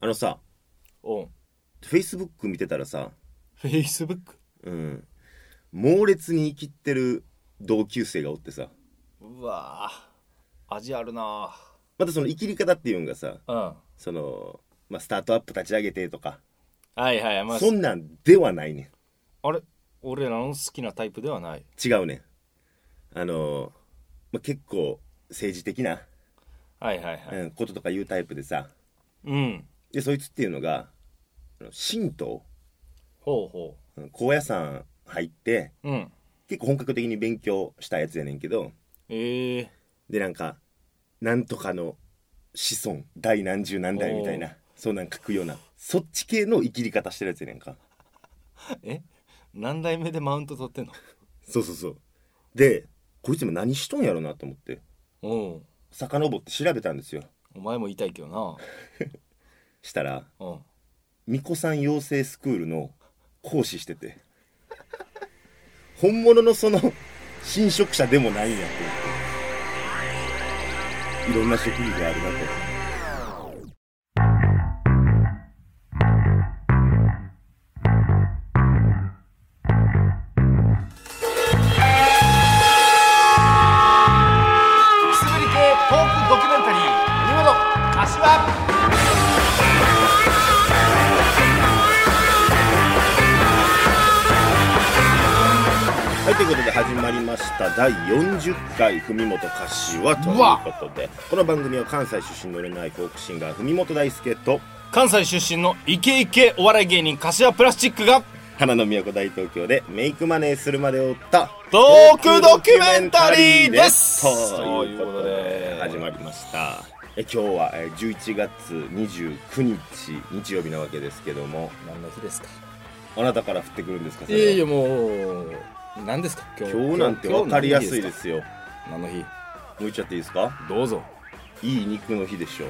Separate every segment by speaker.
Speaker 1: あのさ、
Speaker 2: おん。
Speaker 1: Facebook 見てたらさ、
Speaker 2: フェイスブック
Speaker 1: うん、猛烈に生きってる同級生がおってさ、
Speaker 2: うわぁ。味あるな
Speaker 1: またその生きり方っていうのがさ、
Speaker 2: ぁ。うん。
Speaker 1: その、まあ、スタートアップ立ち上げてとか、
Speaker 2: はいはい。まあ、
Speaker 1: そんなんではないね
Speaker 2: あれ俺らの好きなタイプではない。
Speaker 1: ん。違うねん。あの、まあ、結構政治的な、
Speaker 2: はいはいはい。
Speaker 1: うん、こととか言うタイプでさ、
Speaker 2: うん。
Speaker 1: で、そいつっていうのが、あの神道、
Speaker 2: ほうほ
Speaker 1: うん高野山入って、
Speaker 2: う。うん。
Speaker 1: 結構本格的に勉強したやつやねんけど、
Speaker 2: ええ
Speaker 1: でなんかなんとかの子孫第何十何代みたい
Speaker 2: お
Speaker 1: なそうなん書くようなそっち系の生きり方してるやつやねんか
Speaker 2: え何代目でマウント取ってんの
Speaker 1: そうそうそうでこいつも何しとんやろなと思って
Speaker 2: おうん。
Speaker 1: 遡って調べたんですよ
Speaker 2: お前も痛いけどな。
Speaker 1: したら
Speaker 2: うん。
Speaker 1: 巫女さん養成スクールの講師してて本物のその侵食者でもないんやって思っていろんな職業があるなと
Speaker 2: くすぶり系トークドキュメンタリー「何者柏」
Speaker 1: はい、ということで始まりました第40回文本柏ということでこの番組は関西出身の売れないフォークシンガー文本大輔と
Speaker 2: 関西出身のイケイケお笑い芸人柏プラスチックが
Speaker 1: 花の都大東京でメイクマネーするまでを追った
Speaker 2: トークドキュメンタリーです
Speaker 1: ということ
Speaker 2: という
Speaker 1: で
Speaker 2: ことで
Speaker 1: 始まりましたえ今日はえ11月29日日曜日なわけですけども
Speaker 2: 何の日ですか
Speaker 1: あなたから降ってくるんですかそ
Speaker 2: い
Speaker 1: れは
Speaker 2: やいやもう何ですか今日
Speaker 1: 今日なんて分かりやすいですよ
Speaker 2: 何の日
Speaker 1: 向いちゃっていいですか
Speaker 2: どうぞ
Speaker 1: いい肉の日でしょ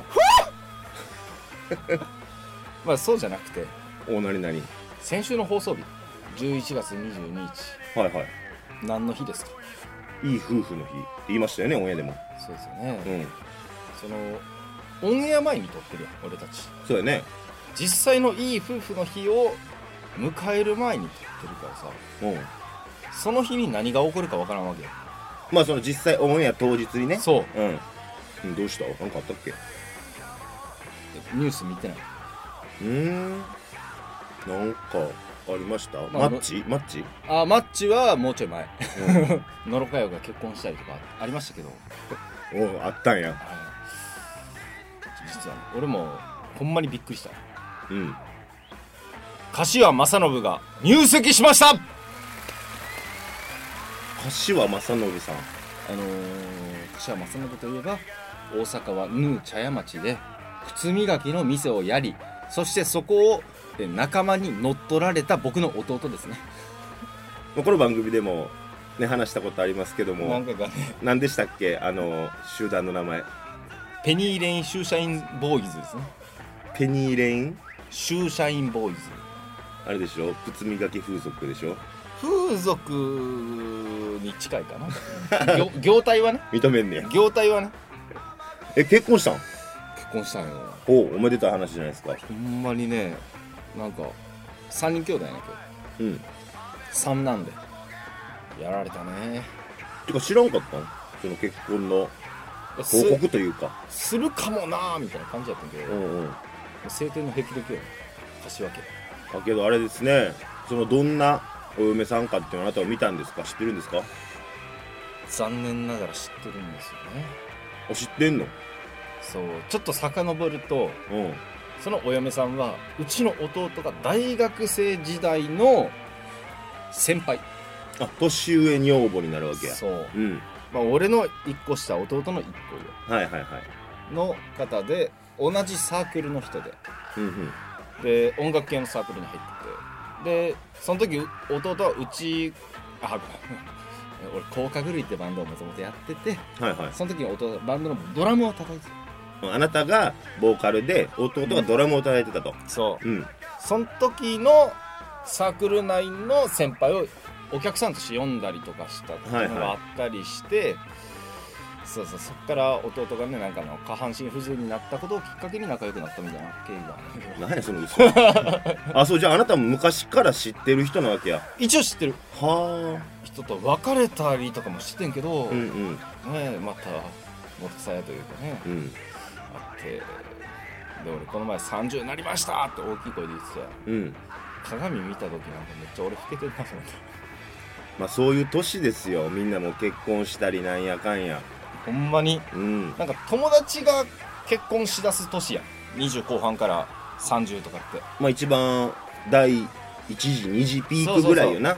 Speaker 2: まあそうじゃなくて
Speaker 1: おなになに
Speaker 2: 先週の放送日11月22
Speaker 1: はいはい
Speaker 2: 日何の日ですか
Speaker 1: いい夫婦の日って言いましたよねオンエアでも
Speaker 2: そうですよね、
Speaker 1: うん
Speaker 2: そのオンエア前に撮ってるやん俺たち
Speaker 1: そうだね
Speaker 2: 実際のいい夫婦の日を迎える前に撮ってるからさ
Speaker 1: うん
Speaker 2: その日に何が起こるかわからんわけよ
Speaker 1: まあその実際オンエア当日にね
Speaker 2: そう
Speaker 1: うん、うん、どうしたなんかあったっけう
Speaker 2: ニュース見てない
Speaker 1: ーんなんかありました
Speaker 2: ま
Speaker 1: マ
Speaker 2: あ
Speaker 1: ッチマッチ
Speaker 2: あマッチはもうちょい前
Speaker 1: うん
Speaker 2: 野呂佳代が結婚したりとかありましたけど
Speaker 1: おうあったんや
Speaker 2: あの実はね俺もほんまにびっくりした
Speaker 1: うん
Speaker 2: 柏正信が入籍しましたあ
Speaker 1: 柏正信さん
Speaker 2: のー、柏正信といえば大阪はヌー茶屋町で靴磨きの店をやりそしてそこをえ仲間に乗っ取られた僕の弟ですね
Speaker 1: まあこの番組でもね話したことありますけど
Speaker 2: な
Speaker 1: も
Speaker 2: んかがね
Speaker 1: 何でしたっけあの集団の名前
Speaker 2: ペニーレインシューシャインボーイズですね
Speaker 1: ペニーレイン
Speaker 2: シューシャインボーイズ
Speaker 1: あれでしょ靴磨き風俗でしょ
Speaker 2: 風俗に近いか な業業態はね
Speaker 1: 認めんねや
Speaker 2: 業態はね
Speaker 1: え結婚したん
Speaker 2: 結婚したんよ
Speaker 1: おうおめでたい話じゃないですか
Speaker 2: ほんまにねなんか3人兄弟やねんけど
Speaker 1: うん
Speaker 2: 三男でやられたね
Speaker 1: てか知らんかったんその結婚の
Speaker 2: す
Speaker 1: 報告というか
Speaker 2: するかもなーみたいな感じやったんやけど、
Speaker 1: う
Speaker 2: も
Speaker 1: んうん
Speaker 2: う晴天の霹靂よ柏家
Speaker 1: だけどあれですねそのどんなお嫁さんかっていうのをあなたは見たんですか知ってるんですか
Speaker 2: 残念ながら知ってるんですよね
Speaker 1: あ知ってんの
Speaker 2: そうちょっと遡ると
Speaker 1: うん
Speaker 2: そのお嫁さんはうちの弟が大学生時代の先輩
Speaker 1: あ年上女房になるわけや
Speaker 2: そう、
Speaker 1: うん
Speaker 2: まあ、俺の1個下弟の1個
Speaker 1: はいはいはい
Speaker 2: 上の方で同じサークルの人で
Speaker 1: うんうん
Speaker 2: で音楽系のサークルに入っててでその時う弟はうちあごめん 俺甲殻類ってバンドをもともとやってて
Speaker 1: はいはい
Speaker 2: その時に弟はバンドのドラムを叩いてた
Speaker 1: あなたがボーカルで弟がドラムを叩いてたと
Speaker 2: そう
Speaker 1: うん
Speaker 2: その時のサークル内の先輩をお客さんとして呼んだりとかしたっていうのがあったりして、そうそうそっから弟がねなんかあの下半身不自由になったことをきっかけに仲良くなったみたいな経緯があるんだけど
Speaker 1: 何やその 嘘あそうじゃああなたも昔から知ってる人なわけや
Speaker 2: 一応知ってる
Speaker 1: は
Speaker 2: 人と別れたりとかもしてんけど、
Speaker 1: あうんうん
Speaker 2: ねまた元さやというかね
Speaker 1: うん
Speaker 2: あってで俺この前30になりましたって大きい声で言ってたよ
Speaker 1: うん
Speaker 2: 鏡見た時なんかめっちゃ俺老けてるなと思って
Speaker 1: まあそういう年ですよみんなも結婚したりなんやかんや
Speaker 2: ほんまに
Speaker 1: うん
Speaker 2: なんか友達が結婚しだす年やん20後半から30とかって
Speaker 1: まあ一番第1次2次ピークぐらいよな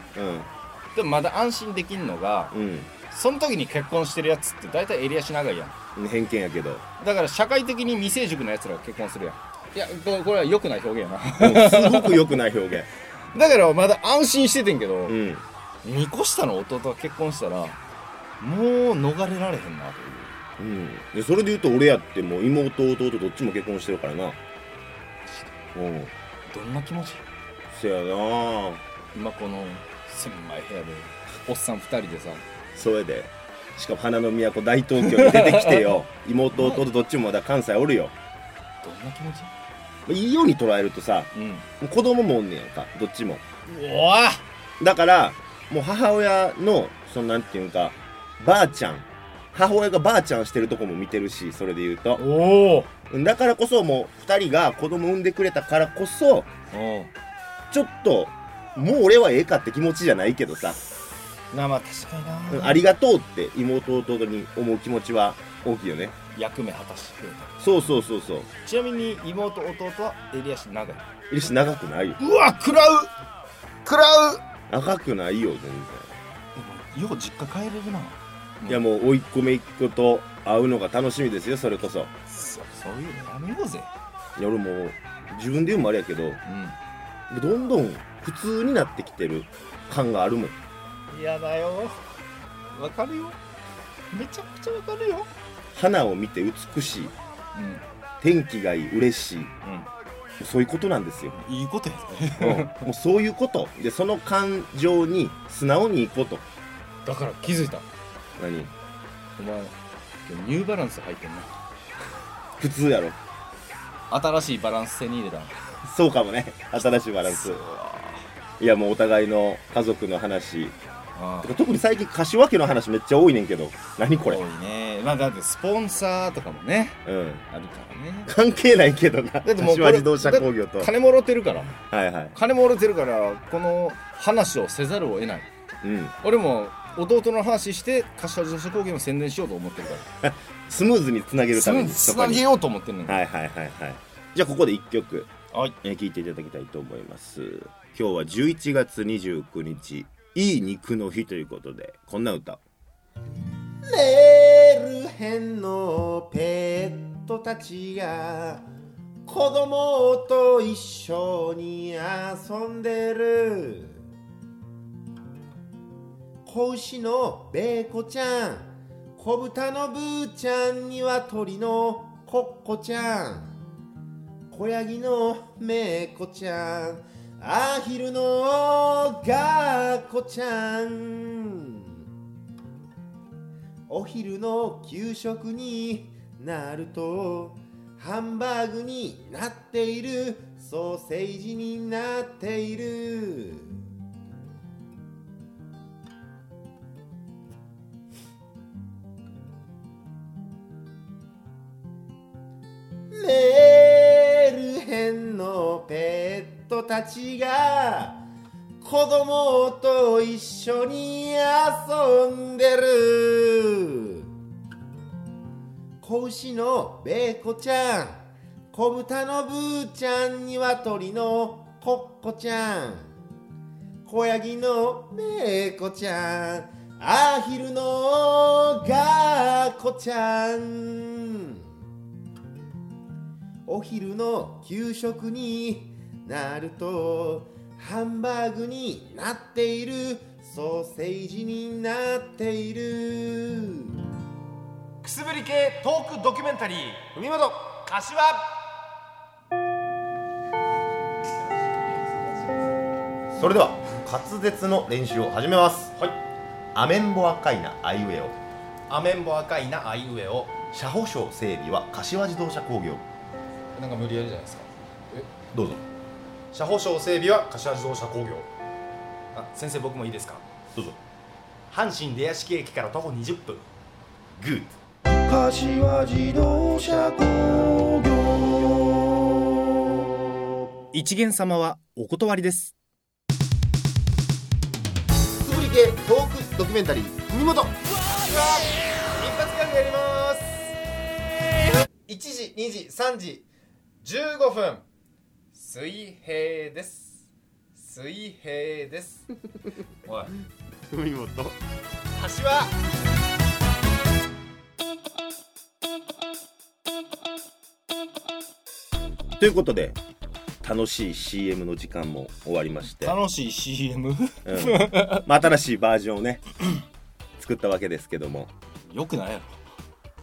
Speaker 2: でもまだ安心できんのが
Speaker 1: うん
Speaker 2: その時に結婚してるやつって大体襟足長いやん
Speaker 1: うん偏見やけど
Speaker 2: だから社会的に未成熟なやつらが結婚するやんいやここれは良くない表現やな
Speaker 1: もうすごく良くない表現
Speaker 2: だからまだ安心しててんけど、
Speaker 1: うん
Speaker 2: 2個下の弟が結婚したらもう逃れられへんなという
Speaker 1: うんでそれで言うと俺やってもう妹弟どっちも結婚してるからなうん
Speaker 2: どんな気持ち
Speaker 1: せやな
Speaker 2: 今この狭い部屋でおっさん2人でさ
Speaker 1: それでしかも花の都大東京に出てきてよ妹弟どっちもまだ関西おるよ
Speaker 2: どんな気持ち
Speaker 1: いいように捉えるとさ
Speaker 2: うん
Speaker 1: もう子供もおんねやんかどっちも
Speaker 2: おわ
Speaker 1: だからもう母親のそのなんていうんかばあちゃん母親がばあちゃんしてるとこも見てるしそれで言うと
Speaker 2: おお
Speaker 1: だからこそもう2人が子供産んでくれたからこそちょっともう俺はええかって気持ちじゃないけどさ、
Speaker 2: なまあ確かに
Speaker 1: うん
Speaker 2: な
Speaker 1: ありがとうって妹弟に思う気持ちは大きいよね
Speaker 2: 役目果たしてくれた
Speaker 1: そうそうそうそう
Speaker 2: ちなみに妹弟は襟足長い
Speaker 1: いるし長くないよ
Speaker 2: うわ食らう食らう
Speaker 1: 長くないよ全
Speaker 2: でもよう実家帰れるな
Speaker 1: 然いやもう甥っ子姪っ子と会うのが楽しみですよそれこそ
Speaker 2: そそういうのやめようぜ
Speaker 1: いや俺もう自分で言うのもあれやけどどんどん普通になってきてる感があるもん
Speaker 2: うん嫌だよわかるよめちゃくちゃわかるよ
Speaker 1: 花を見て美しい
Speaker 2: うん
Speaker 1: 天気がいい嬉しいそういうことなんです よ、
Speaker 2: うんいいことや ね
Speaker 1: うんもうそういうことでその感情に素直にいこうと
Speaker 2: だから気づいた
Speaker 1: 何
Speaker 2: お前今日ニューバランス入ってんな
Speaker 1: 普通やろ
Speaker 2: 新しいバランス手に入れたバ
Speaker 1: そうかもね新しいバランスいやもうお互いの家族の話
Speaker 2: あ
Speaker 1: てか特に最近柏家の話めっちゃ多いねんけど何これ
Speaker 2: 多いねまあだってスポンサーとかもね
Speaker 1: うん
Speaker 2: あるからね
Speaker 1: 関係ないけどな
Speaker 2: ってもうこ
Speaker 1: 柏
Speaker 2: れ
Speaker 1: 自動車工業と
Speaker 2: 金もろてるから
Speaker 1: はいはい
Speaker 2: 金もろてるからこの話をせざるを得ない
Speaker 1: うん
Speaker 2: 俺も弟の話して柏自動車工業の宣伝しようと思ってるから
Speaker 1: スムーズにつなげるために
Speaker 2: つ
Speaker 1: そ
Speaker 2: な
Speaker 1: こ
Speaker 2: げ
Speaker 1: に
Speaker 2: ようと思ってるのよ
Speaker 1: はいはいはいはいじゃあここで1曲
Speaker 2: はい
Speaker 1: えー聞いていただきたいと思います今日は11月29日いい肉の日ということでこんな歌
Speaker 3: レール編のペットたちが子供と一緒に遊んでる子牛のベーコちゃん子豚のブーちゃんには鳥のコッコちゃん小ヤギのメイコちゃんアヒルのガーコちゃんお昼の給食になるとハンバーグになっているソーセージになっているレール編のペットたちが子供と一緒に遊んでる子牛のベーコちゃん子豚のブーちゃんには鳥のコッコちゃん子ヤギのメイコちゃんアヒルのガーコちゃんお昼の給食になるとハンバーグになっているソーセージになっている
Speaker 4: くすぶり系トークドキュメンタリー
Speaker 3: 海本
Speaker 4: 柏
Speaker 3: それでは滑舌の練習を始めますはいアメンボ赤いなアイウェオ
Speaker 4: アメンボ赤いなあいうえお
Speaker 3: 車保証整備は柏自動車工業
Speaker 4: なんか無理やりじゃないですか
Speaker 3: どうぞ
Speaker 4: 車保証整備は柏自動車工業あ先生僕もいいですか
Speaker 3: どうぞ
Speaker 4: 阪神出屋敷駅から徒歩20分
Speaker 3: グッ
Speaker 5: 柏自動車工業
Speaker 2: 一元様はお断りです
Speaker 3: つぶり系トークドキュメンタリー文元
Speaker 4: 一発ギャグやります1時2時3時15分水平です水平です おい
Speaker 3: 文元
Speaker 4: 橋は
Speaker 1: ということで楽しい CM の時間も終わりまして、
Speaker 2: 楽しい CM
Speaker 1: うんまあ、新しいバージョンをね作ったわけですけども
Speaker 2: よくないやろ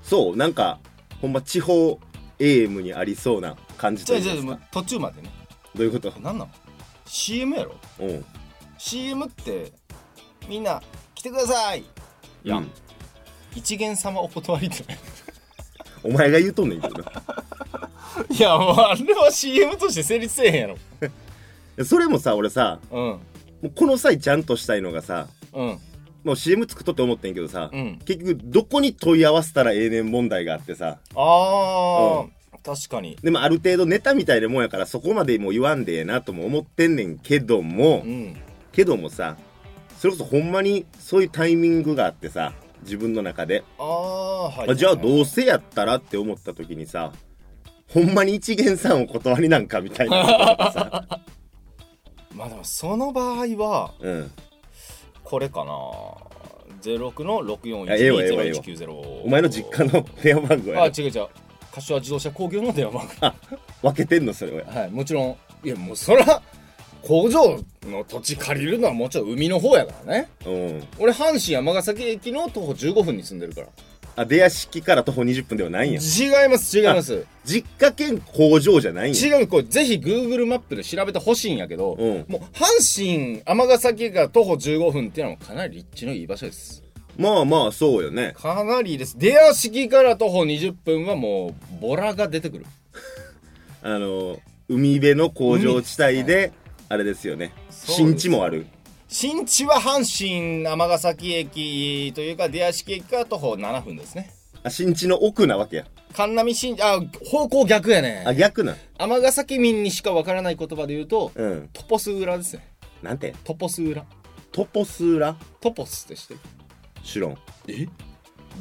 Speaker 1: そうなんかほんま地方 AM にありそうな感じ
Speaker 2: じ
Speaker 1: と
Speaker 2: ゃ
Speaker 1: い
Speaker 2: あ
Speaker 1: い
Speaker 2: じゃ
Speaker 1: ま
Speaker 2: あ
Speaker 1: すか
Speaker 2: もう途中までね
Speaker 1: どういうこと
Speaker 2: 何なの CM やろ
Speaker 1: うん、
Speaker 2: CM ってみんな来てくださいや
Speaker 1: うん
Speaker 2: 一元様お断 りってね
Speaker 1: お前が言うとんねんけどない
Speaker 2: やもうあれは CM として成立せえへんやろ
Speaker 1: それもさ俺さ
Speaker 2: うん
Speaker 1: もうこの際ちゃんとしたいのがさ
Speaker 2: うん
Speaker 1: もう CM 作っとって思ってんけどさ、
Speaker 2: うん
Speaker 1: 結局どこに問い合わせたらええねん問題があってさ
Speaker 2: ああ、
Speaker 1: う
Speaker 2: 確かに
Speaker 1: でもある程度ネタみたいなもんやからそこまでもう言わんでええなとも思ってんねんけども、
Speaker 2: うん
Speaker 1: けどもさそれこそほんまにそういうタイミングがあってさ自分の中で、
Speaker 2: ああはい
Speaker 1: あじゃあどう
Speaker 2: す
Speaker 1: せやったらって思った時にさほんまに一元さんお断りなんかみたいなことが さ、
Speaker 2: まあでもその場合は
Speaker 1: うん、
Speaker 2: これかな06の
Speaker 1: あええわええわええわ
Speaker 2: 64120190
Speaker 1: お前の実家の電話番号や
Speaker 2: あ
Speaker 1: ろ
Speaker 2: 違う違う柏自動車工業の電話番
Speaker 1: 分けてんのそれは
Speaker 2: 号はいもちろんいやもうそら工場の土地借りるのはもちろん海の方やからね
Speaker 1: うん
Speaker 2: 俺阪神尼崎駅の徒歩15分に住んでるから
Speaker 1: あ出屋敷から徒歩20分ではないんや
Speaker 2: 違います違います
Speaker 1: 実家兼工場じゃないんや
Speaker 2: 違うこれぜひ Google マップで調べてほしいんやけど、
Speaker 1: うん
Speaker 2: もう阪神尼崎から徒歩15分っていうのはかなり立地のいい場所です
Speaker 1: まあまあそうよね
Speaker 2: かなりいいです出屋敷から徒歩20分はもうボラが出てくる
Speaker 1: あの海辺の工場地帯であれですよね
Speaker 2: そうです
Speaker 1: 新地もある
Speaker 2: 新地は阪神尼崎駅というか出屋敷駅から徒歩7分ですね
Speaker 1: あ新地の奥なわけや
Speaker 2: 神南新あ方向逆や
Speaker 1: あ
Speaker 2: ね
Speaker 1: 逆なん
Speaker 2: 尼崎民にしかわからない言葉で言うと
Speaker 1: うん
Speaker 2: トポス裏ですね
Speaker 1: なんて
Speaker 2: トポス裏
Speaker 1: トポスーラ
Speaker 2: トポスってしてる
Speaker 1: シュロン
Speaker 2: え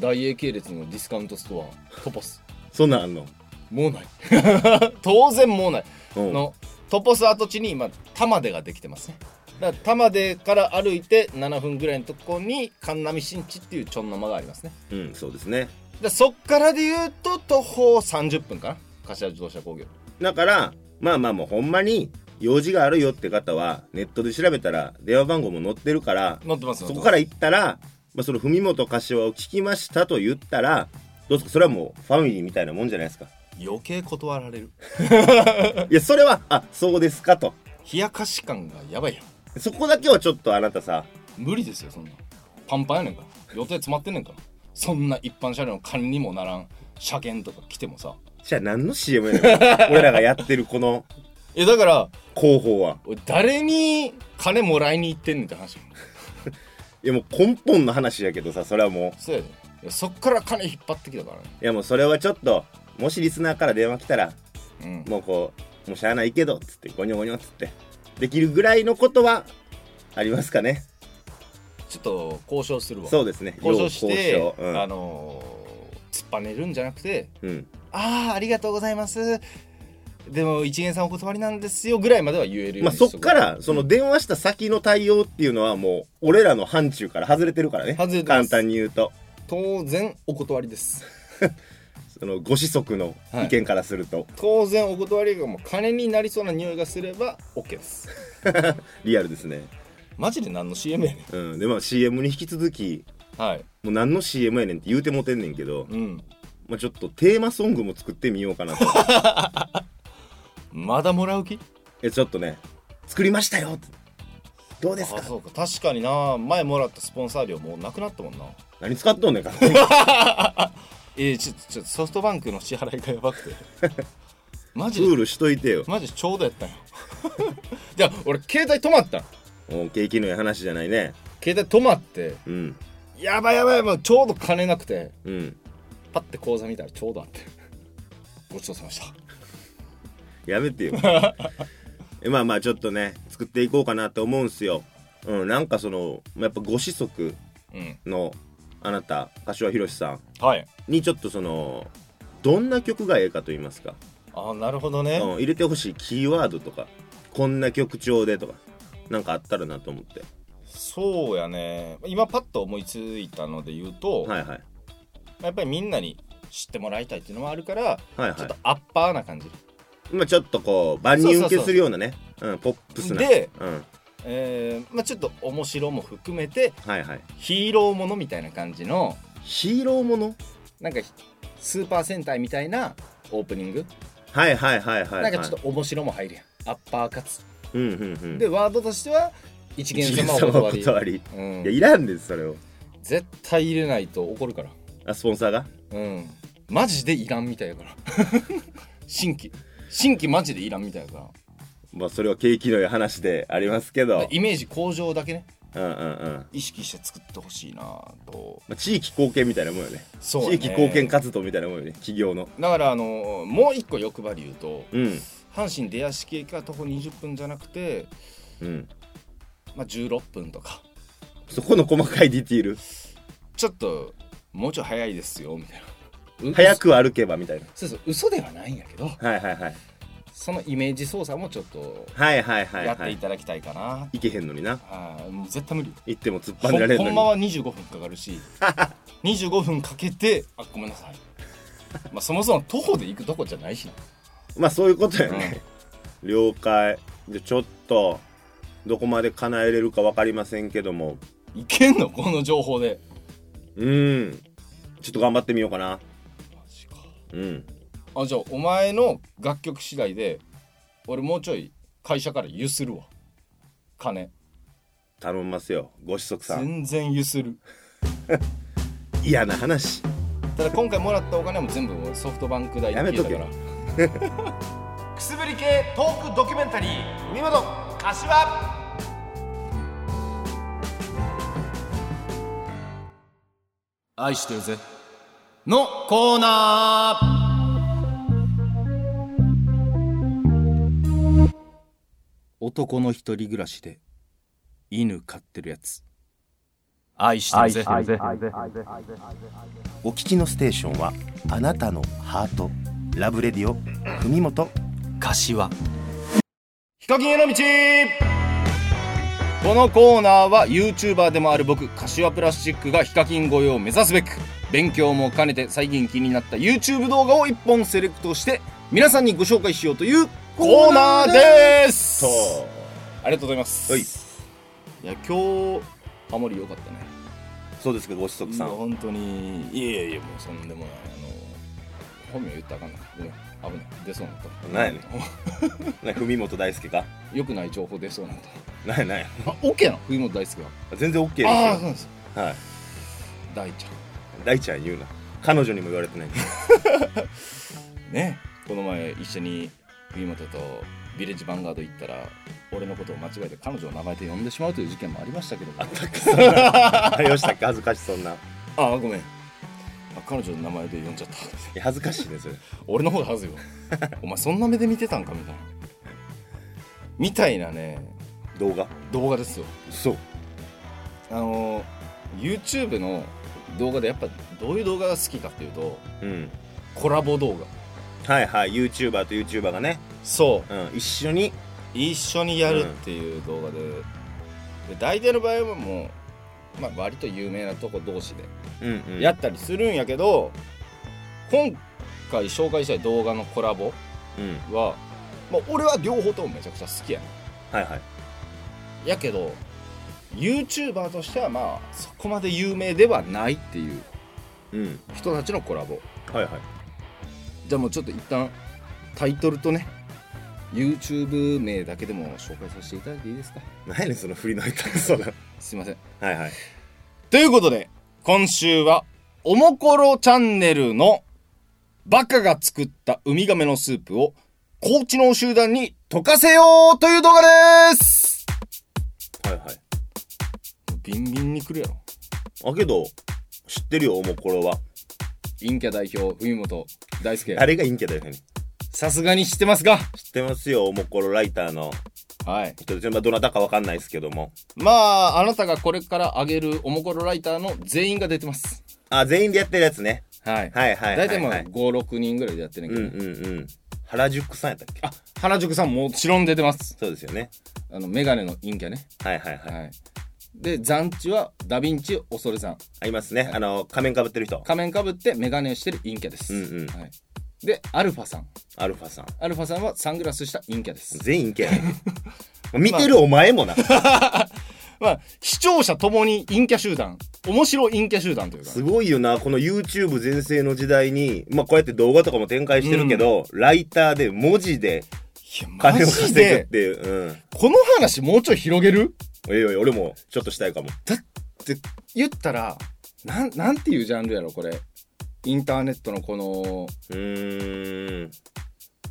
Speaker 2: 大英系列のディスカウントストアトポス
Speaker 1: そんなんあんの
Speaker 2: もうない 当然もうない
Speaker 1: うん
Speaker 2: のトポス跡地に今玉出ができてますねだから玉出から歩いて7分ぐらいのとこに神南新地っていうちょんの間がありますね
Speaker 1: うんそうですね
Speaker 2: でそっからで言うと徒歩30分かな柏自動車工業
Speaker 1: だからまあまあもうほんまに用事があるよって方はネットで調べたら電話番号も載ってるから
Speaker 2: 乗ってます
Speaker 1: そこからら行ったら、まあ、その文元柏を聞きましたと言ったらどうですかそれはもうファミリーみたいなもんじゃないですか
Speaker 2: 余計断られる
Speaker 1: いやそれはあそうですかと
Speaker 2: 冷やかし感がやばいやん
Speaker 1: そこだけはちょっとあなたさ
Speaker 2: 無理ですよそんなパンパンやねんから予定詰まってんねんからそんな一般車両の管理にもならん車検とか来てもさ
Speaker 1: じゃあ何の CM やねん 俺らがやってるこの
Speaker 2: えだから
Speaker 1: 広報は
Speaker 2: 俺誰に金もらいに行ってんねんって話
Speaker 1: いやもう根本の話やけどさそれはも
Speaker 2: そうやでいやそっから金引っ張ってきたからね
Speaker 1: ういやもうそれはちょっともしリスナーから電話来たら
Speaker 2: うん
Speaker 1: もうこうもうしゃあないけどっつってゴニョゴニョっつってできるぐらいのことはありますかね
Speaker 2: ちょっと交渉するわ
Speaker 1: そうですね
Speaker 2: 交渉して
Speaker 1: 要交渉うん
Speaker 2: あのー突っぱねるんじゃなくて
Speaker 1: うん
Speaker 2: 「ああありがとうございます」でも一元さんお断りなんですよぐらいまでは言えるように
Speaker 1: まあ、そっ
Speaker 2: しとこう
Speaker 1: からその電話した先の対応っていうのはもう俺らの範疇から外れてるからね
Speaker 2: 外れてま
Speaker 1: 簡
Speaker 2: す
Speaker 1: 単に言うと
Speaker 2: 当然お断りです
Speaker 1: そのご子息の意見からすると、
Speaker 2: 当然お断りがもう金になりそうな匂いがすれば OK です
Speaker 1: リアルですね、
Speaker 2: マジで何の CM やね
Speaker 1: うん、でまあ CM に引き続き
Speaker 2: んはい
Speaker 1: もう何の CM やねんって言うてもてんねんけど、
Speaker 2: うん
Speaker 1: まあ、ちょっとテーマソングも作ってみようかなと
Speaker 2: まだもらう気
Speaker 1: えちょっとね作りましたよってどうです
Speaker 2: あ
Speaker 1: か
Speaker 2: そうか確かにな前もらったスポンサー料もうなくなったもんな
Speaker 1: 何使っとんねんか
Speaker 2: えー、ちょっとちょっとソフトバンクの支払いがやばくて マ
Speaker 1: プ
Speaker 2: ジ
Speaker 1: ー
Speaker 2: で
Speaker 1: ルしといてよ
Speaker 2: マジちょうどやったんよ じゃあ俺携帯止まったの
Speaker 1: もう景気のいい話じゃないね
Speaker 2: 携帯止まって
Speaker 1: うん
Speaker 2: やばいやばいやばいちょうど金なくて
Speaker 1: うん
Speaker 2: パッて口座見たらちょうどあってごちそうさまでした
Speaker 1: やめ てよえまあまあちょっとね作っていこうかなと思うんすようんなんかそのやっぱご子息
Speaker 2: うん
Speaker 1: のあなた柏宏さん
Speaker 2: はい
Speaker 1: にちょっとそのどんな曲がええかと言いますか、
Speaker 2: あなるほど
Speaker 1: う
Speaker 2: ね
Speaker 1: ん、入れてほしいキーワードとかこんな曲調でとかなんかあったらなと思って
Speaker 2: そうやね今パッと思いついたので言うと、
Speaker 1: はいはい
Speaker 2: やっぱりみんなに知ってもらいたいっていうのもあるから
Speaker 1: はい
Speaker 2: ちょ
Speaker 1: は
Speaker 2: っとアッパーな感じ、
Speaker 1: いまあちょっとこう万人受けするようなねうん、ポップスな
Speaker 2: で、
Speaker 1: うん、
Speaker 2: えーまあ、ちょっと面白も含めて
Speaker 1: はいはい
Speaker 2: ヒーローものみたいな感じの
Speaker 1: ヒーローもの
Speaker 2: なんかスーパー戦隊みたいなオープニング、
Speaker 1: はいはいはいはい、はい、
Speaker 2: なんかちょっと面白も入るやんアッパーかつ、
Speaker 1: うんうんうん
Speaker 2: でワードとしては一元
Speaker 1: 一元
Speaker 2: 様お
Speaker 1: 様お
Speaker 2: 断り
Speaker 1: 断り
Speaker 2: うん
Speaker 1: いやいらんですそれを
Speaker 2: 絶対入れないと怒るから
Speaker 1: あスポンサーが
Speaker 2: うんマジでいらんみたいやから 新規新規マジでいらんみたいやから
Speaker 1: まあそれは景気のいい話でありますけど
Speaker 2: イメージ向上だけね
Speaker 1: うんうんうん
Speaker 2: 意識して作ってほしいなと
Speaker 1: まあ地域貢献みたいなもんよね
Speaker 2: そう
Speaker 1: 地域貢献活動みたいなもんよね企業の
Speaker 2: だからあのもう一個欲張り言うと
Speaker 1: うん
Speaker 2: 阪神出屋敷駅から徒歩20分じゃなくて、
Speaker 1: うん
Speaker 2: まあ、16分とか
Speaker 1: そこの細かいディティール
Speaker 2: ちょっともうちょい早いですよみたいなう
Speaker 1: 早く歩けばみたいな
Speaker 2: そうそう嘘ではないんやけど
Speaker 1: はいはいはい
Speaker 2: そのイメージ操作もちょっと
Speaker 1: はいはいはい
Speaker 2: やっ
Speaker 1: は
Speaker 2: てい
Speaker 1: い
Speaker 2: ただきたいかな、
Speaker 1: 行けへんのにな
Speaker 2: あーもう絶対無理
Speaker 1: 行っても突っ
Speaker 2: ほ
Speaker 1: 張られる
Speaker 2: ほんま
Speaker 1: の
Speaker 2: は25分かかるし25分かけてあごめんなさいまあそもそも徒歩で行くとこじゃないしな
Speaker 1: にまあそういうことよね、了解でちょっとどこまで叶えれるか分かりませんけども
Speaker 2: 行けんのこの情報で
Speaker 1: うんちょっと頑張ってみようかな
Speaker 2: マジか
Speaker 1: うん
Speaker 2: あじゃあお前の楽曲次第で俺もうちょい会社からゆするわ金
Speaker 1: 頼みますよご子息さん
Speaker 2: 全然ゆする
Speaker 1: 嫌な話
Speaker 2: ただ今回もらったお金も全部ソフトバンク代で
Speaker 1: やめとけ
Speaker 2: 消えたか ら
Speaker 4: くすぶり系トークドキュメンタリー海本柏
Speaker 2: 愛してるぜのコーナー男の一人暮らしで犬飼ってるやつ愛してるぜ
Speaker 3: お聞きのステーションはあなたのハートラブレディオ文元
Speaker 2: 柏ヒカキンへの道このコーナーは YouTuber でもある僕柏プラスチックがヒカキン越えを目指すべく勉強も兼ねて最近気になった YouTube 動画を1本セレクトして皆さんにご紹介しようというコーナーです
Speaker 1: そう
Speaker 2: ありがとうございます
Speaker 1: はい
Speaker 2: いや今日ハモリ良かったね
Speaker 1: そうですかご子息
Speaker 2: い
Speaker 1: さ
Speaker 2: や
Speaker 1: ん
Speaker 2: 本当にいやいやもうそんでもないあの本名言ったらあかんなごめん危ない出そうになった
Speaker 1: なんやねな文元大輔か
Speaker 2: 良くない情報出そうになった
Speaker 1: ないない
Speaker 2: あ、オッケーなの冬本大輔は。
Speaker 1: 全然 OK ですよ
Speaker 2: ああ、そうなんですよ。
Speaker 1: はい
Speaker 2: 大ちゃ
Speaker 1: 大ちゃん言うな彼女にも言われてない
Speaker 2: ん。ね。この前一緒に冬本とビレッジヴァンガード行ったら、俺のことを間違えて彼女の名前で呼んでしまうという事件もありましたけども。
Speaker 1: あよしたっけ恥ずかしそうな
Speaker 2: ああ、ごめん。あ彼女の名前で呼んじゃった。
Speaker 1: いや恥ずかしいねそれ
Speaker 2: 俺の方がはずいわ。お前そんな目で見てたんかみたいな。みたいなね、
Speaker 1: 動画
Speaker 2: 動画ですよ。
Speaker 1: そう
Speaker 2: あの、YouTube の動画でやっぱどういう動画が好きかっていうと、
Speaker 1: うん
Speaker 2: コラボ動画。
Speaker 1: はいはい YouTuber と YouTuber がね、
Speaker 2: そう。
Speaker 1: うん、一緒に
Speaker 2: 一緒にやるっていう動画で,、で大体の場合はもう、まあ、割と有名なとこ同士で
Speaker 1: うんうん
Speaker 2: やったりするんやけど、今回紹介したい動画のコラボ
Speaker 1: うん
Speaker 2: は、まあ、俺は両方ともめちゃくちゃ好きやね
Speaker 1: はいはい
Speaker 2: んやけど YouTuber としてはまあそこまで有名ではないっていう
Speaker 1: うん
Speaker 2: 人たちのコラボ
Speaker 1: はいはい
Speaker 2: じゃあもうちょっと一旦タイトルとね YouTube 名だけでも紹介させていただいていいですか
Speaker 1: 何やねんその振りの下手くそな
Speaker 2: すいません
Speaker 1: はいはい
Speaker 2: ということで今週はおもころチャンネルのバカが作ったウミガメのスープを高知の集団に溶かせようという動画です
Speaker 1: はいはい
Speaker 2: ビンビンに来るやろ
Speaker 1: あけど知ってるよおもころは
Speaker 2: 陰キャ代表文本大輔
Speaker 1: あれがいいんけどよね
Speaker 2: さすがに知ってますか
Speaker 1: 知ってますよおもころライターの
Speaker 2: はい
Speaker 1: 人ですねまあどなたかわかんないですけども
Speaker 2: まああなたがこれからあげるおもころライターの全員が出てます
Speaker 1: あ全員でやってるやつね
Speaker 2: はい
Speaker 1: はいはいはいはい
Speaker 2: 大体まあ56人ぐらいでやってるん
Speaker 1: う
Speaker 2: や
Speaker 1: ん
Speaker 2: け
Speaker 1: う
Speaker 2: ど、
Speaker 1: んうん原宿さんやったっけ
Speaker 2: あ原宿さんもちろん出てます
Speaker 1: そうですよね
Speaker 2: あのメガネの陰キャね
Speaker 1: はいはいはい、
Speaker 2: はいで残地はダヴィンチ恐れさん
Speaker 1: ありますねあの仮面かぶってる人
Speaker 2: 仮面かぶってメガネしてる陰キャです、
Speaker 1: うんうん
Speaker 2: はい、でアルファさん
Speaker 1: アルファさん
Speaker 2: アルファさんはサングラスした陰キャです
Speaker 1: 全員いけない 見てるお前もな、
Speaker 2: まあ視聴者ともに陰キャ集団面白陰キャ集団というか
Speaker 1: すごいよなこの YouTube 全盛の時代にまあこうやって動画とかも展開してるけど、ライターで文字で
Speaker 2: いやマ
Speaker 1: 金を
Speaker 2: ジ
Speaker 1: 稼ぐっ
Speaker 2: で
Speaker 1: ていううん
Speaker 2: この話もうちょい広げる
Speaker 1: おいおい俺もちょっとしたいかも
Speaker 2: って言ったらなんなんていうジャンルやろこれインターネットのこの
Speaker 1: うーん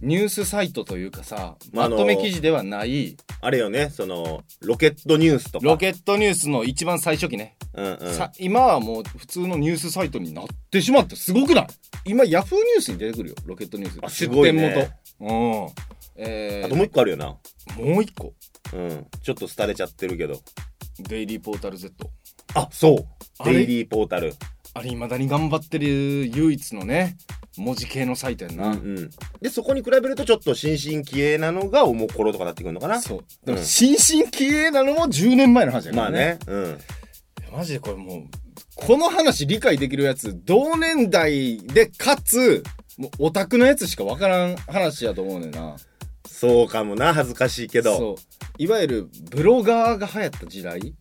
Speaker 2: ニュースサイトというかさ
Speaker 1: まあ
Speaker 2: ま
Speaker 1: あの
Speaker 2: とめ記事ではない
Speaker 1: あれよねそのロケットニュースとか
Speaker 2: ロケットニュースの一番最初期ね、
Speaker 1: うんうん
Speaker 2: さ今はもう普通のニュースサイトになってしまってすごくない今ヤフーニュースに出てくるよロケットニュー
Speaker 1: あ
Speaker 2: ス
Speaker 1: すごいね
Speaker 2: 元うんえ
Speaker 1: あと
Speaker 2: ー、
Speaker 1: もう一個あるよな
Speaker 2: もう一個
Speaker 1: うんちょっと廃れちゃってるけど
Speaker 2: デイリーポータル Z
Speaker 1: あそう
Speaker 2: あれ
Speaker 1: デイリーポータル
Speaker 2: あれ未だに頑張ってる唯一のね文字系のサイトやんな、
Speaker 1: うん、でそこに比べるとちょっと新進気鋭なのがおもころとかなってくるのかな
Speaker 2: そうでも
Speaker 1: うん
Speaker 2: 新進気鋭なのも10年前の話やか
Speaker 1: ま
Speaker 2: ら
Speaker 1: あ
Speaker 2: ね,、
Speaker 1: ねうん
Speaker 2: マジでこれもうこの話理解できるやつ同年代でかつもうオタクのやつしか分からん話やと思うねんな
Speaker 1: そうかもな恥ずかしいけど
Speaker 2: そういわゆるブロガーが流行った時代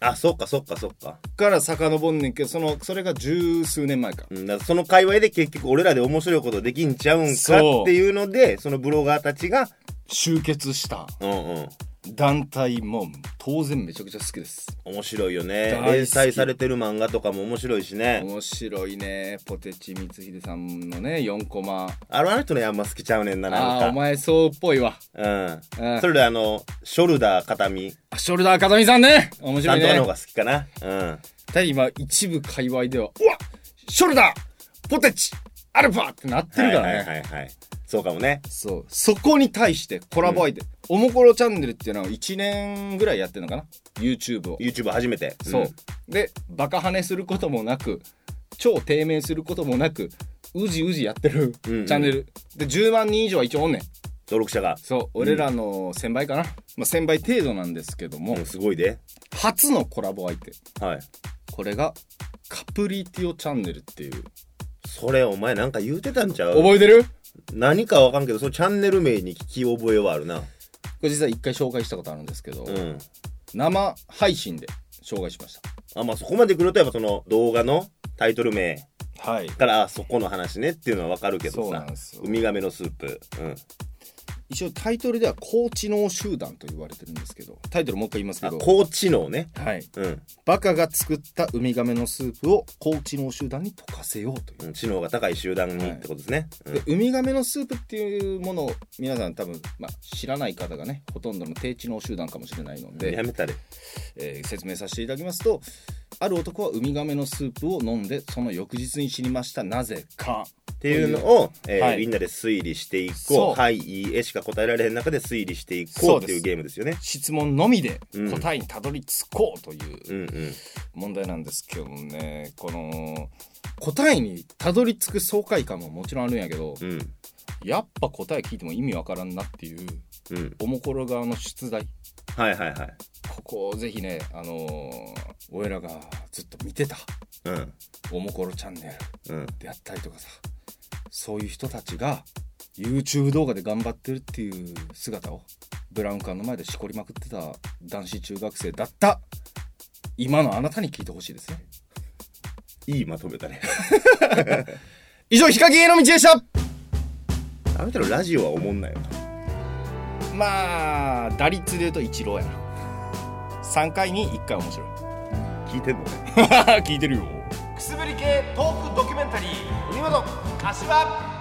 Speaker 1: あそうかそうかそうか,、
Speaker 2: から遡んねんけどそのそれが十数年前か
Speaker 1: うん、だからその界隈で結局俺らで面白いことできんちゃうんか
Speaker 2: そう
Speaker 1: っていうのでそのブロガーたちが
Speaker 2: 集結した
Speaker 1: うんうん
Speaker 2: 団体も当然めちゃくちゃ好きです
Speaker 1: 面白いよね
Speaker 2: 大好き
Speaker 1: 連載されてる漫画とかも面白いしね
Speaker 2: 面白いねポテチ光秀さんのね4コマ
Speaker 1: あのあの人ねあんま好きちゃうねんな
Speaker 2: あー
Speaker 1: な
Speaker 2: お
Speaker 1: んか
Speaker 2: 前そうっぽいわ
Speaker 1: うん、
Speaker 2: うん
Speaker 1: それであのショルダー片見
Speaker 2: あショルダーかたみさんね面
Speaker 1: な
Speaker 2: 白
Speaker 1: ん
Speaker 2: い
Speaker 1: とかの方
Speaker 2: ね
Speaker 1: が好きかなうん
Speaker 2: ただ今一部界隈ではうわショルダーポテチアルファってなってるからね、
Speaker 1: はいはいはい、はい、そうかもね
Speaker 2: そうそこに対してコラボ相手、おもころチャンネルっていうのは1年ぐらいやってるのかな YouTube を
Speaker 1: YouTube 初めて
Speaker 2: そう、
Speaker 1: ん
Speaker 2: でバカ跳ねすることもなく超低迷することもなくうじうじやってるチ
Speaker 1: うんうん
Speaker 2: ャンネル、で10万人以上は一応おんねん
Speaker 1: 登録者が
Speaker 2: そう俺らの1000倍かな、まあ、1000倍程度なんですけども、
Speaker 1: うんすごいで
Speaker 2: 初のコラボ相手
Speaker 1: はい
Speaker 2: これがカプリティオチャンネルっていう
Speaker 1: それお前なんか言うてたんちゃう
Speaker 2: 覚えてるこ
Speaker 1: 何かわかんけどそのチャンネル名に聞き覚えはあるな
Speaker 2: れ実は一回紹介したことあるんですけど、
Speaker 1: うん
Speaker 2: 生配信で紹介しまし
Speaker 1: あまあそこまで来るとやっぱその動画のタイトル名
Speaker 2: たはい
Speaker 1: からあそこの話ねっていうのはわかるけど
Speaker 2: そうな
Speaker 1: さ
Speaker 2: んですよ
Speaker 1: ウミガメのスープうん
Speaker 2: 一応タイトルでは高知能集団と言われてるんですけどタイトルもう一回言いますけ
Speaker 1: あ
Speaker 2: ど
Speaker 1: 高知能ね
Speaker 2: はい
Speaker 1: うん
Speaker 2: バカが作ったウミガメのスープを高知能集団に溶かせようという
Speaker 1: うん知能が高い集団にってことですね、
Speaker 2: でウミガメのスープっていうものを皆さん多分、まあ、知らない方がねほとんどの低知能集団かもしれないの
Speaker 1: うんや
Speaker 2: で、
Speaker 1: めたれ
Speaker 2: えー説明させていただきますとある男はウミガメのスープを飲んでその翌日に死にましたなぜか
Speaker 1: っていうのを、えー
Speaker 2: はい
Speaker 1: みんなで推理してい
Speaker 2: そ
Speaker 1: こ
Speaker 2: う
Speaker 1: うはいいいえしか答えられへん中で推理してい
Speaker 2: そ
Speaker 1: こ
Speaker 2: う
Speaker 1: うっ
Speaker 2: です
Speaker 1: ていうゲームですよね
Speaker 2: 質問のみで答えにたどり着こうという
Speaker 1: うんうん
Speaker 2: 問題なんですけどね、この答えにたどり着く爽快感ももちろんあるんやけど、
Speaker 1: うん
Speaker 2: やっぱ答え聞いても意味わからんなっていう
Speaker 1: うん
Speaker 2: おもころ側の出題
Speaker 1: はいはいはい
Speaker 2: ここをぜひね、あのー、俺らがずっと見てた、
Speaker 1: うん
Speaker 2: おもころチャンネ
Speaker 1: うん
Speaker 2: ルであったりとかさ、そういう人たちが、YouTube 動画で頑張ってるっていう姿を、ブラウン管の前でしこりまくってた男子中学生だった、今のあなたに聞いてほしいですね。
Speaker 1: いいまとめたね
Speaker 2: 以上、ヒカキンへの道でした
Speaker 1: あの人のラジオはおもんないよな
Speaker 2: まあ打率で言うとイチローやな3回に1回面白い
Speaker 1: 聞いてんのね
Speaker 2: 聞いてるよ
Speaker 4: くすぶり系トークドキュメンタリー海本柏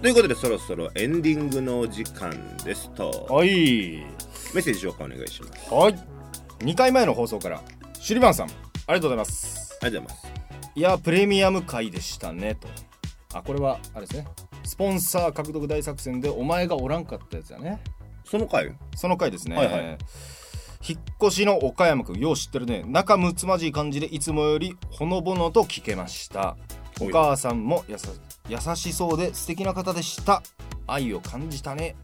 Speaker 1: ということでそろそろエンディングのお時間ですと
Speaker 2: はい
Speaker 1: メッセージ紹介お願いします
Speaker 2: はい2回前の放送からシュリバンさんありがとうございます
Speaker 1: ありがとうございます
Speaker 2: いやプレミアム回でしたねとあこれはあれですねスポンサー獲得大作戦でお前がおらんかったやつやね
Speaker 1: その回
Speaker 2: その回ですね、
Speaker 1: はいはい
Speaker 2: 引っ越しの岡山くんよう知ってるね仲睦まじい感じでいつもよりほのぼのと聞けました
Speaker 1: お
Speaker 2: お
Speaker 1: い
Speaker 2: 母さんもやさ優しそうで素敵な方でした愛を感じたね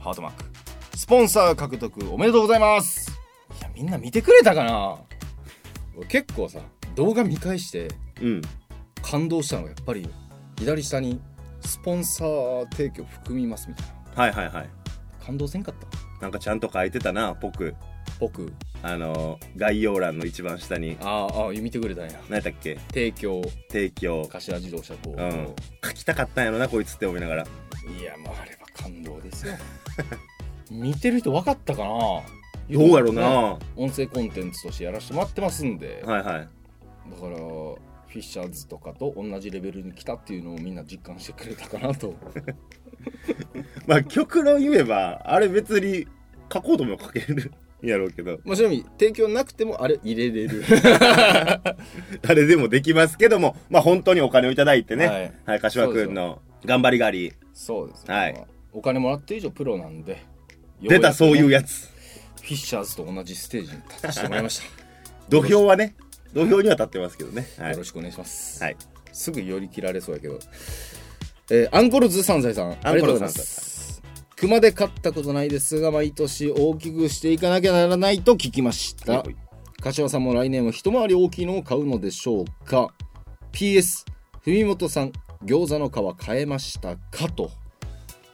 Speaker 2: ハートマークスポンサー獲得おめでとうございますいやみんな見てくれたかな俺結構さ動画見返して
Speaker 1: うん
Speaker 2: 感動したのがやっぱり左下にスポンサー提供含みますみたいな
Speaker 1: はいはいはい
Speaker 2: 感動せんかった
Speaker 1: なんかちゃんと書いてたな僕
Speaker 2: 僕
Speaker 1: あの概要欄の一番下に
Speaker 2: あーあー見てくれたんや
Speaker 1: 何やったっけ
Speaker 2: 提供
Speaker 1: 提供
Speaker 2: 柏自動車工、
Speaker 1: うん書きたかったんやろなこいつって思いながら
Speaker 2: いやもうあれは感動ですよ 見てる人分かったかな
Speaker 1: どうやろうな、
Speaker 2: ね音声コンテンツとしてやらせてもらってますんで、
Speaker 1: はいはい
Speaker 2: だからフィッシャーズとかと同じレベルに来たっていうのをみんな実感してくれたかなと
Speaker 1: まあ極論言えばあれ別に書こうとも書けるんやろうけど
Speaker 2: まあちなみに提供なくてもあれ入れれる
Speaker 1: 誰でもできますけどもまあ本当にお金をいただいてねは
Speaker 2: はいい、
Speaker 1: 柏くんの頑張りがり
Speaker 2: そうですね、
Speaker 1: はい
Speaker 2: まあお金もらって以上プロなんで
Speaker 1: 出たそういう
Speaker 2: や
Speaker 1: やつ
Speaker 2: つフィッシャーズと同じステージに立たせてもらいまし
Speaker 1: 土俵はね土俵には立ってますけどね
Speaker 2: た、
Speaker 1: はい
Speaker 2: よろしくお願いします
Speaker 1: はい
Speaker 2: すぐ寄り切られそうやけど、えーアンコルズ3歳さんありがとうございます熊で飼ったことないですが毎年大きくしていかなきゃならないと聞きました
Speaker 1: はい
Speaker 2: 柏さんも来年は一回り大きいのを買うのでしょうか PS 文本さん餃子の皮買えましたかと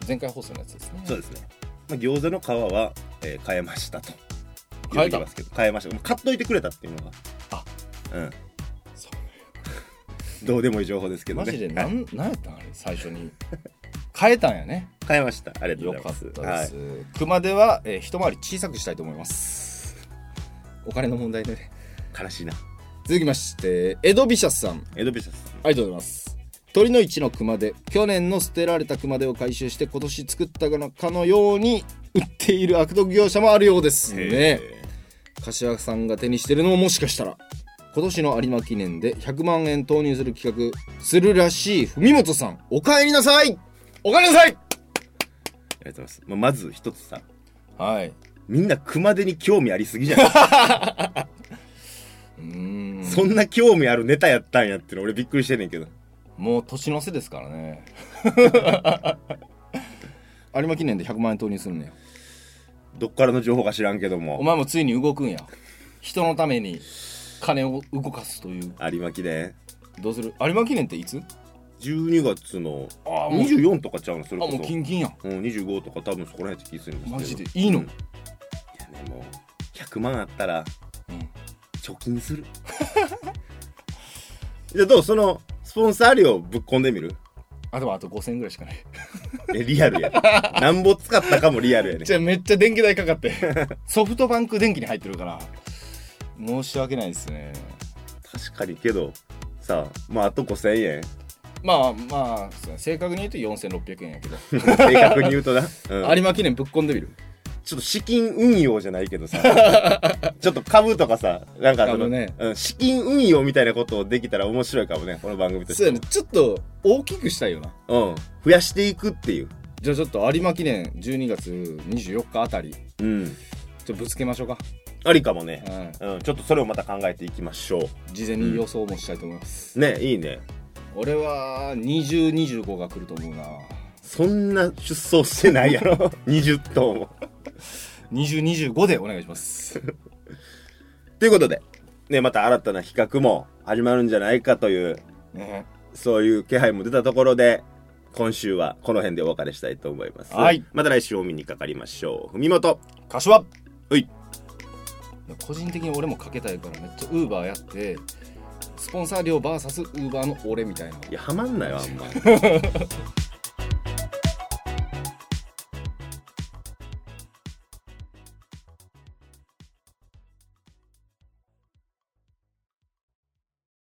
Speaker 2: 前回放送のやつですね
Speaker 1: そうですね、まあ、餃子の皮は、えー変えましたと
Speaker 2: 変え
Speaker 1: 言うと
Speaker 2: た
Speaker 1: きますけど変えましたもう買っといてくれたっていうのが
Speaker 2: あ
Speaker 1: うん
Speaker 2: そう
Speaker 1: どうでもいい情報ですけど
Speaker 2: マ
Speaker 1: ね
Speaker 2: ジで
Speaker 1: は
Speaker 2: ないんなんやったんあれ最初 に変えたんやね
Speaker 1: 変えましたありがとうご
Speaker 2: よ
Speaker 1: ざい
Speaker 2: か
Speaker 1: ま
Speaker 2: っ
Speaker 1: す
Speaker 2: たです、熊では、えー一回り小さくしたいと思いますお金の問題でね
Speaker 1: はい、悲しいな
Speaker 2: 続きましてエドビシャスさん
Speaker 1: エドビシャスさん
Speaker 2: ありがとうございます鳥の市の熊手去年の捨てられた熊手を回収して今年作ったかのように売っている悪徳業者もあるようですね
Speaker 1: え
Speaker 2: 柏さんが手にしてるのももしかしたら今年の有馬記念で100万円投入する企画するらしい文本さんお帰りなさいお帰りなさ
Speaker 1: ーありが
Speaker 2: い
Speaker 1: とうございます、まあ、まず一つさ
Speaker 2: はい
Speaker 1: みんな熊手に興味ありすぎじゃない
Speaker 2: うーん
Speaker 1: そんな興味あるネタやったんやっていうの俺びっくりしてんねんけど
Speaker 2: もう年の瀬ですからね 有馬記念で100万円投入するのよ
Speaker 1: どっからの情報か知らんけど
Speaker 2: お
Speaker 1: も
Speaker 2: 前もついに動くんや人のために金を動かすという
Speaker 1: 有馬記念
Speaker 2: どうする有馬記念っていつ
Speaker 1: 12月の
Speaker 2: あもう
Speaker 1: 24とかちゃうのそ
Speaker 2: あ
Speaker 1: れこそ
Speaker 2: もうキンキンやん
Speaker 1: うん、25とか多分そこら辺って聞いてるんですけど
Speaker 2: マジでいいの
Speaker 1: うんいやねもう100万あったら
Speaker 2: うん
Speaker 1: 貯金す るじゃあどうそのスポンサー料ぶっ込んでみる
Speaker 2: あでもあと5000円ぐらいしかない
Speaker 1: えリアルやなんぼ使ったかもリアルやね
Speaker 2: じゃあめっちゃ電気代かかって ソフトバンク電気に入ってるから申し訳ないですね
Speaker 1: 確かにけどさあまああと5000円
Speaker 2: まあまあそうね正確に言うと4600円やけど
Speaker 1: 正確に言うとな、うん
Speaker 2: 有馬記念ぶっ込んでみる
Speaker 1: ちょっと資金運用じゃないけど さちょっと株とかさなんかその、
Speaker 2: 株ね
Speaker 1: うん、資金運用みたいなことをできたら面白いかもねこの番組として
Speaker 2: そうやねちょっと大きくしたいよな
Speaker 1: うん、増やしていくっていう
Speaker 2: じゃあちょっと有馬記念12月24日あたりち
Speaker 1: う
Speaker 2: ょ
Speaker 1: ん
Speaker 2: っとぶつけましょうか、
Speaker 1: ありかもね、
Speaker 2: うん、
Speaker 1: うん、ちょっとそれをまた考えていきましょ
Speaker 2: 事前に予想もしたいと思います、
Speaker 1: うねいいね
Speaker 2: 俺は2025が来ると思うな
Speaker 1: そんな出走してないやろ 20頭も
Speaker 2: 2025でお願いします
Speaker 1: ということでねまた新たな比較も始まるんじゃないかという
Speaker 2: ね
Speaker 1: そういう気配も出たところで今週はこの辺でお別れしたいと思います、
Speaker 2: はい、
Speaker 1: また来週お見にかかりましょう文元
Speaker 2: 柏
Speaker 1: はい
Speaker 2: 個人的に俺もかけたいからめっちゃウーバーやってスポンサー料 VS ウーバーの俺みたいない
Speaker 1: やはまんないわあんまり